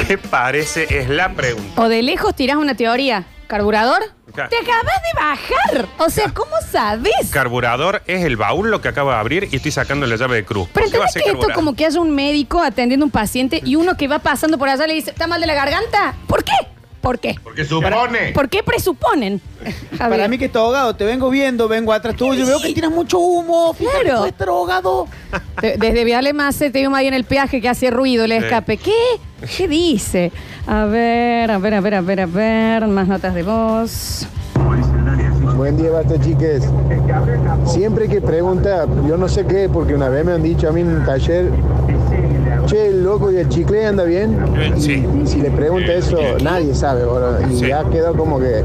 ¿Qué parece? Es la pregunta. O de lejos tirás una teoría. ¿Carburador? Claro. Te acabas de bajar. O sea, ¿cómo sabes? Carburador es el baúl lo que acabo de abrir y estoy sacando la llave de cruz. Pero ¿Por qué va a entendés ser que esto carburador? como que haya un médico atendiendo a un paciente y uno que va pasando por allá le dice, ¿está mal de la garganta? ¿Por qué? ¿Por qué? Porque supone. ¿Por qué presuponen? A Para ver. mí que está ahogado, te vengo viendo, vengo atrás tuyo, veo que tiras mucho humo, fíjate, Claro. puede estar ahogado. De- Desde Viale Mace te digo más bien el peaje que hace ruido, le Sí. escape. ¿Qué? ¿Qué dice? A ver, a ver, a ver, a ver, a ver. Más notas de voz. Buen día, basta chiques. Siempre que pregunta, yo no sé qué, porque una vez me han dicho a mí en un taller, che, el loco y el chicle anda bien. Sí. Y si le pregunta eso, nadie sabe, boludo. Y Sí. ya quedó como que,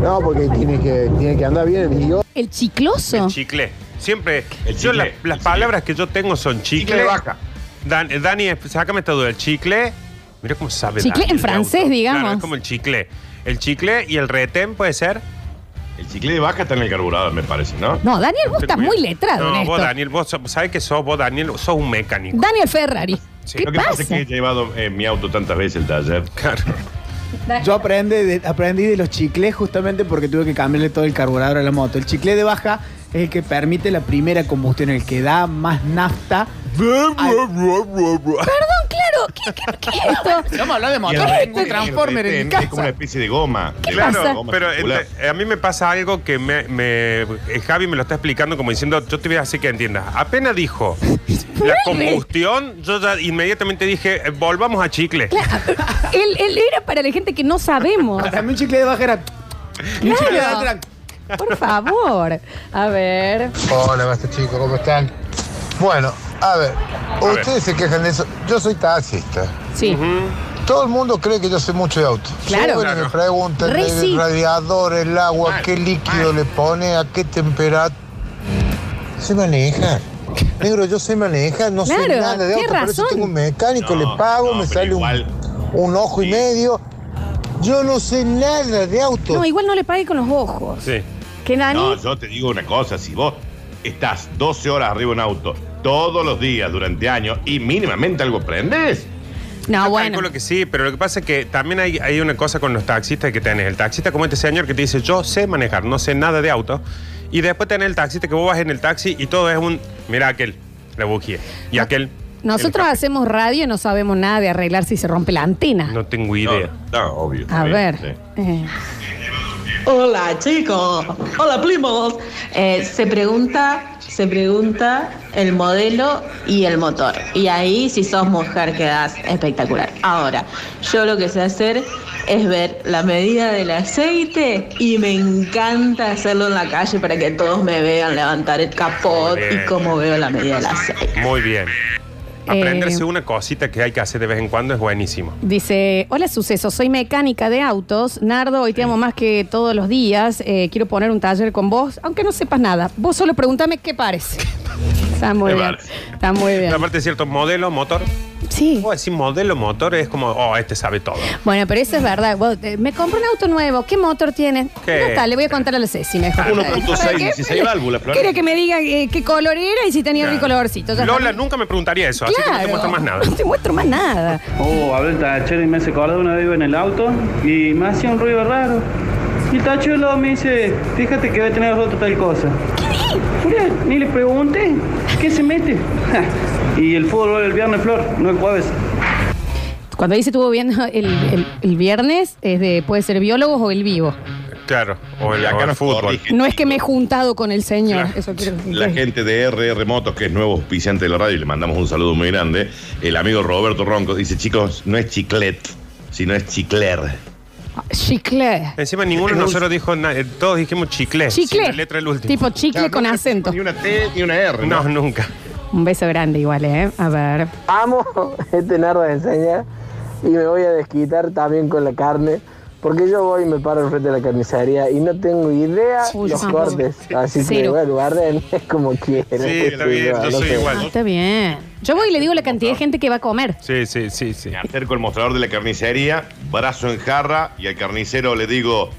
no, porque tiene que, tiene que andar bien. Y yo, El chicloso. El chicle. Siempre. El yo chicle, la- el las chicle. palabras que yo tengo son chicle. Chicle de vaca. Dan- eh, Dani, esp- sácame esta duda. El chicle. Mira cómo sabe. Chicle Dani en de francés, auto. digamos. Claro, es como el chicle. El chicle y el retén puede ser. El chicle de vaca está en el carburador, me parece, ¿no? No, Daniel, vos estás muy letrado No, en vos, esto. Daniel, vos so- sabés que sos vos, Daniel, sos un mecánico. Daniel Ferrari. Sí, ¿Qué Lo que pasa? pasa es que he llevado eh, mi auto tantas veces el taller. Claro. Yo aprendí de, aprendí de los chicles justamente porque tuve que cambiarle todo el carburador a la moto. El chicle de baja es el que permite la primera combustión, el que da más nafta. Perdón, claro. ¿Qué, qué- qué es esto? Vamos a hablar de Y motor, además tengo un tiene transformer el en mi retén, Es como una casa. especie de goma. de pasa? Claro, goma pero circular. este, a mí me pasa algo que me, me- eh, Javi me lo está explicando como diciendo, yo te voy a hacer que entiendas. Apenas dijo la combustión, yo ya inmediatamente dije, eh, volvamos a chicle. Él, él era para la gente que no sabemos. Para mí un chicle de baja era... Y un chicle de baja era... Por favor. A ver. Hola, basta chicos, ¿cómo están? Bueno, a ver, ver. ustedes se quejan de eso. Yo soy taxista. Sí. Todo el mundo cree que yo sé mucho de auto. Claro. Suben y Claro. me preguntan Re sí. el radiador, el agua, Mal, qué líquido mal. le pone, a qué temperatura. Se maneja. Negro, yo sé manejar, no sé Claro, nada de tiene auto. Por eso razón. tengo un mecánico, No, le pago, no, me pero sale un, igual. un ojo y Sí. medio. Yo no sé nada de auto. No, igual no le pague con los ojos. Sí. Que Dani, No, yo te digo una cosa, si vos estás 12 horas arriba de un auto todos los días durante años y mínimamente algo prendes. No, bueno. lo que sí, pero lo que pasa es que también hay, hay una cosa con los taxistas que tenés. El taxista como este señor que te dice, yo sé manejar, no sé nada de auto. Y después tenés el taxista que vos vas en el taxi y todo es un, mira aquel, la bujía. Y aquel, nosotros hacemos radio y no sabemos nada de arreglar si se rompe la antena. no tengo idea. No, obvio. A ver. eh. Hola chicos, hola primos. Eh, se pregunta, se pregunta el modelo y el motor. Y ahí si sos mujer quedás espectacular. Ahora, yo lo que sé hacer es ver la medida del aceite y me encanta hacerlo en la calle para que todos me vean levantar el capot Muy bien. y cómo veo la medida del aceite. Muy bien. Eh, Aprenderse una cosita que hay que hacer de vez en cuando es buenísimo. Dice, hola suceso, soy mecánica de autos. Nardo, hoy te amo más que todos los días. Eh, quiero poner un taller con vos, aunque no sepas nada. Vos solo pregúntame qué parece. Está muy Me bien. parece. Está muy bien. Pero aparte de cierto, modelo, motor. Sí. Vos decís modelo, motor, es como, oh, este sabe todo. Bueno, pero eso es verdad. Vos, eh, me compré un auto nuevo. ¿Qué motor tiene? ¿Qué? Ah, Ya está, le voy a contar a la Ceci mejor. 1.6, ¿Para qué? 16 válvulas, Flor. Quiere que me diga eh, qué color era y si tenía Claro. bicolorcito. Ya Lola está. nunca me preguntaría eso, así que no te Claro. muestro más nada. No te muestro más nada. Oh, hablé el tachero y me hace acordar una vez iba en el auto y me hacía un ruido raro. Y el tachero luego me dice, fíjate que va a tener roto tal cosa. Mira, ni le pregunté, ¿qué se mete? Ja. y el fútbol va el viernes, Flor, no el jueves. Cuando dice estuvo viendo el, el- el viernes, es de, puede ser biólogos o el vivo. Claro, o el, acá o el fútbol. No es que me he juntado con el señor. Eso quiero La gente de RR Motos, que es nuevo auspiciante de la radio, y le mandamos un saludo muy grande. El amigo Roberto Ronco dice, chicos, no es chiclet, sino es chicler. Chicle. Encima ninguno de nosotros dijo nada, eh, todos dijimos chicle. Chicle. sin la letra del último. Tipo chicle con acento. Ni una T ni una R. No, nunca. Un beso grande igual, ¿eh? A ver. Amo este nardo de enseña y me voy a desquitar también con la carne. Porque yo voy y me paro enfrente de la carnicería y no tengo idea Uy, los no. cortes. Así que Cero. bueno, guarden como quieran. Sí, está bien, yo soy Ah, está bien. Yo voy y le digo la cantidad de gente que va a comer. Sí, sí, sí, sí. Me acerco al mostrador de la carnicería, brazo en jarra, y al carnicero le digo,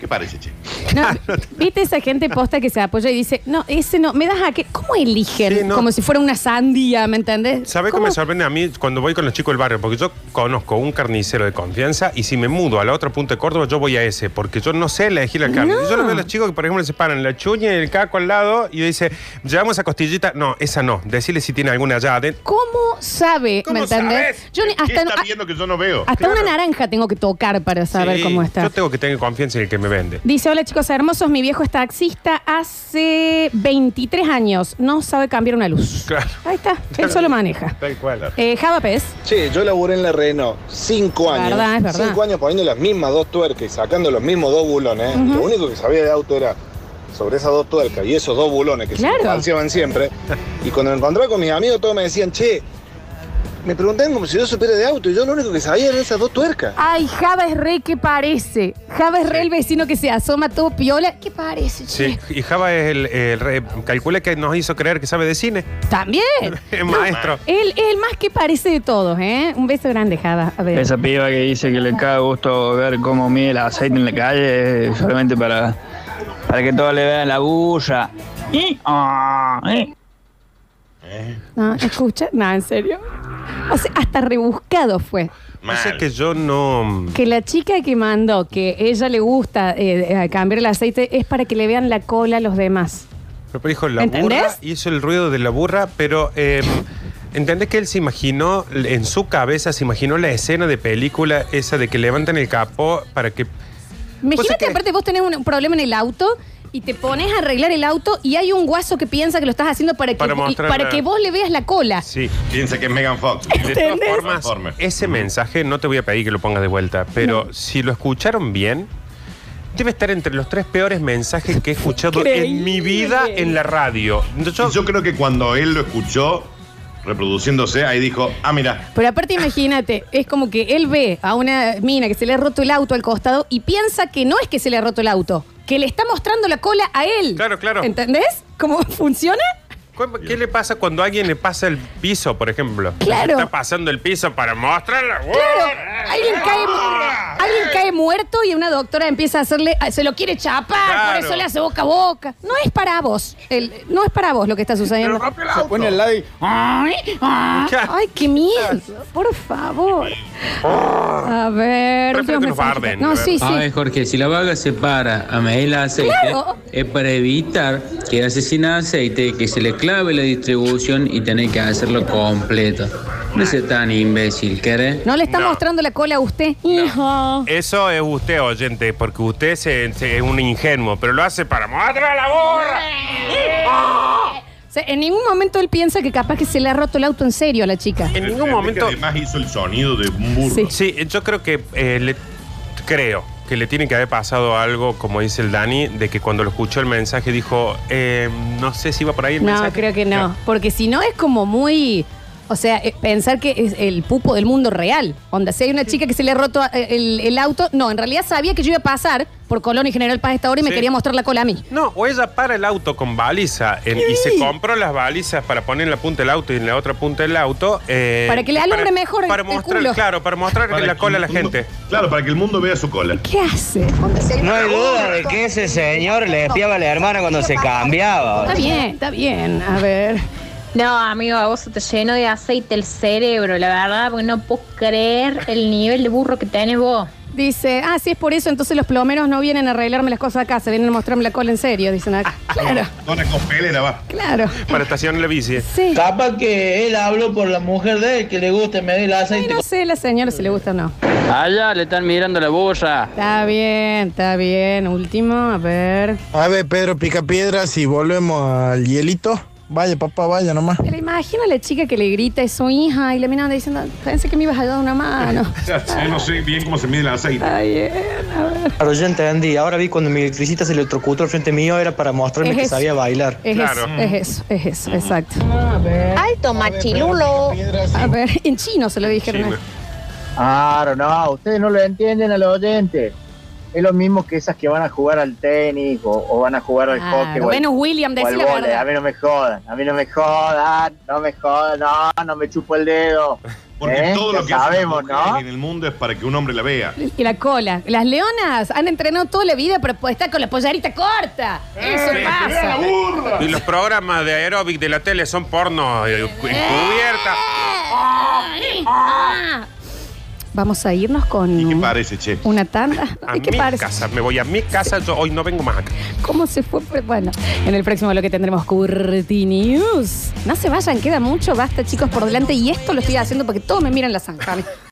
¿qué parece, che? No, Ah, ¿Viste esa gente posta que se apoya y dice, no, ese no, me das a qué? ¿Cómo eligen? Sí, no. Como si fuera una sandía, ¿me entendés? ¿Sabes cómo me sorprende a mí cuando voy con los chicos del barrio? Porque yo conozco un carnicero de confianza y si me mudo a la otra punta de Córdoba, yo voy a ese, porque yo no sé elegir la carne. No. Yo lo veo a los chicos que, por ejemplo, se paran la chuña y el caco al lado y dice, llevamos esa costillita. No, esa no. Decirle si tiene alguna allá adentro. ¿Cómo sabe? ¿Me entendés? Yo ni- ¿Qué hasta, está a- viendo que yo no veo? hasta una naranja tengo que tocar para saber Sí, cómo está. Yo tengo que tener confianza en el que me vende. Dice, hola chicos hermosos, mi viejo es taxista hace 23 años, no sabe cambiar una luz. Claro. Ahí está, él solo maneja. Tal cual. Eh, Java Pérez. Che, yo laburé en la Renault cinco Es años. verdad, es verdad. Cinco años poniendo las mismas dos tuercas y sacando los mismos dos bulones. ¿eh? Ujú. Lo único que sabía de auto era sobre esas dos tuercas y esos dos bulones que Claro. se balanceaban siempre. Y cuando me encontraba con mis amigos, todos me decían, che, me preguntaban como si yo supiera de auto y yo lo único que sabía eran esas dos tuercas. Ay, Java es re que parece. Java es re el vecino que se asoma todo piola. ¿Qué parece? Sí, y Java es el, el re- calcula que nos hizo creer que sabe de cine. También. Es maestro. Él es el más que parece de todos, ¿eh? Un beso grande, Java. A ver. Esa piba que dice que le cae gusto ver cómo mide el aceite en la calle eh, solamente para, para que todos le vean la bulla. Y, ah, eh. No, escucha. No, en serio. O sea, hasta rebuscado fue. O sea que yo no. Que la chica que mandó que ella le gusta eh, eh, cambiar el aceite es para que le vean la cola a los demás. Pero dijo la ¿Entendés? burra, hizo el ruido de la burra, pero eh, ¿entendés que él se imaginó, en su cabeza se imaginó la escena de película esa de que levantan el capó para que... Imagínate, aparte, vos tenés un un problema en el auto y te pones a arreglar el auto y hay un guaso que piensa que lo estás haciendo para que, Para y- mostrar para la- que vos le veas la cola. Sí. Piensa que es Megan Fox. De todas formas, ese mensaje no te voy a pedir que lo pongas de vuelta, pero si lo escucharon bien, debe estar entre los tres peores mensajes que he escuchado en mi vida en la radio. Yo, creo que cuando él lo escuchó reproduciéndose, ahí dijo, ah, mira, Pero aparte, imagínate, es como que él ve a una mina que se le ha roto el auto al costado y piensa que no es que se le ha roto el auto, que le está mostrando la cola a él. Claro, claro. ¿Entendés? ¿Cómo funciona? ¿Cómo- ¿Qué le pasa cuando a alguien le pasa el piso, por ejemplo? Claro. Ah. Está pasando el piso para mostrarla. ¡Ah! Claro. Alguien cae, alguien cae muerto y una doctora empieza a hacerle, ah, se lo quiere chapar, por eso le hace boca a boca. No es para vos, el- no es para vos lo que está sucediendo. Se pone al lado y. Ay, ay, ay, qué miedo, por favor. A ver, Prefiero Dios me que nos santifique. arden, No, la sí, verdad. A ver, sí. Jorge, si la vaga se para a medir el aceite, Claro. es para evitar que asesina de aceite, que se le clave la distribución y tener que hacerlo completo. No seas tan imbécil, ¿querés? No le está mostrando la cola a usted. Hijo. Eso es usted, oyente, porque usted se- se- es un ingenuo, pero lo hace para mostrar la borra. O sea, en ningún momento él piensa que capaz que se le ha roto el auto en serio a la chica. En ningún momento. Además hizo el sonido de un burro. Sí, Sí. yo creo que eh, le- creo que le tiene que haber pasado algo, como dice el Dani, de que cuando lo escuchó el mensaje dijo, eh, no sé si iba por ahí el mensaje. No, creo que no. Porque si no es como muy. O sea, eh, pensar que es el pupo del mundo real. Onda, si hay una chica que se le ha roto eh, el, el auto. No, en realidad sabía que yo iba a pasar por Colón y General Paz a esta hora y me Sí. quería mostrar la cola a mí. No, o ella para el auto con baliza en- y se compró las balizas para poner en la punta del auto y en la otra punta del auto. eh, Para que le alumbre mejor el- para el mostrar, culo. Claro, para mostrar Para la que cola a el la mundo- gente. Claro, para que el mundo vea su cola. ¿Qué hace? No hay duda de que ese señor le espiaba a la hermana cuando se cambiaba. Está bien, está bien. A ver. No, amigo, a vos se te llenó de aceite el cerebro, la verdad, porque no puedo creer el nivel de burro que tenés vos. Dice, ah, sí es por eso, entonces los plomeros no vienen a arreglarme las cosas acá, se vienen a mostrarme la cola en serio, dicen Ah. acá. Claro, Dona Cospelera va. claro. Para estacionar la bici. Capaz que él habló por la mujer de él que le gusta medir el Y aceite. no sé la señora si le gusta o no. Allá le están mirando la boya. Está bien, está bien. Último, a ver. A ver, Pedro pica piedras y volvemos al hielito. Vaya, papá, vaya nomás. Pero imagina a la chica que le grita a su hija y la mina anda diciendo, pensé que me ibas a dar una mano. Yo no sé bien cómo se mide el aceite. Claro, yo entendí. Ahora vi cuando mi electricista se electrocutó al frente mío era para mostrarme Es que eso. sabía bailar. Es eso, es eso, es eso, exacto. A ver. Alto machilulo. A ver, en chino se lo dijeron. Claro, no, ustedes no lo entienden al oyente. Es lo mismo que esas que van a jugar al tenis o, o van a jugar al Claro, hockey. o al- Ah, menos William, o al decí la vóley. verdad. A mí no me jodan, a mí no me jodan, no me jodan, no, no me chupo el dedo. Porque ¿Eh? todo Ya lo que sabemos, hacen las mujeres ¿no? en el mundo es para que un hombre la vea. Y la cola. Las leonas han entrenado toda la vida para po- estar con la pollarita corta. Eso Eh, pasa. Y los programas de aeróbic de la tele son porno eh, encubierta. Ah. Vamos a irnos con ¿Qué parece, che? una tanda. A Ay, ¿Qué mi parece? casa, me voy a mi casa, yo hoy no vengo más acá. ¿Cómo se fue? Pues, Bueno, en el próximo bloque tendremos Curti News. No se vayan, queda mucho. Basta, chicos, por delante. Y esto lo estoy haciendo porque todos me miran la zanja.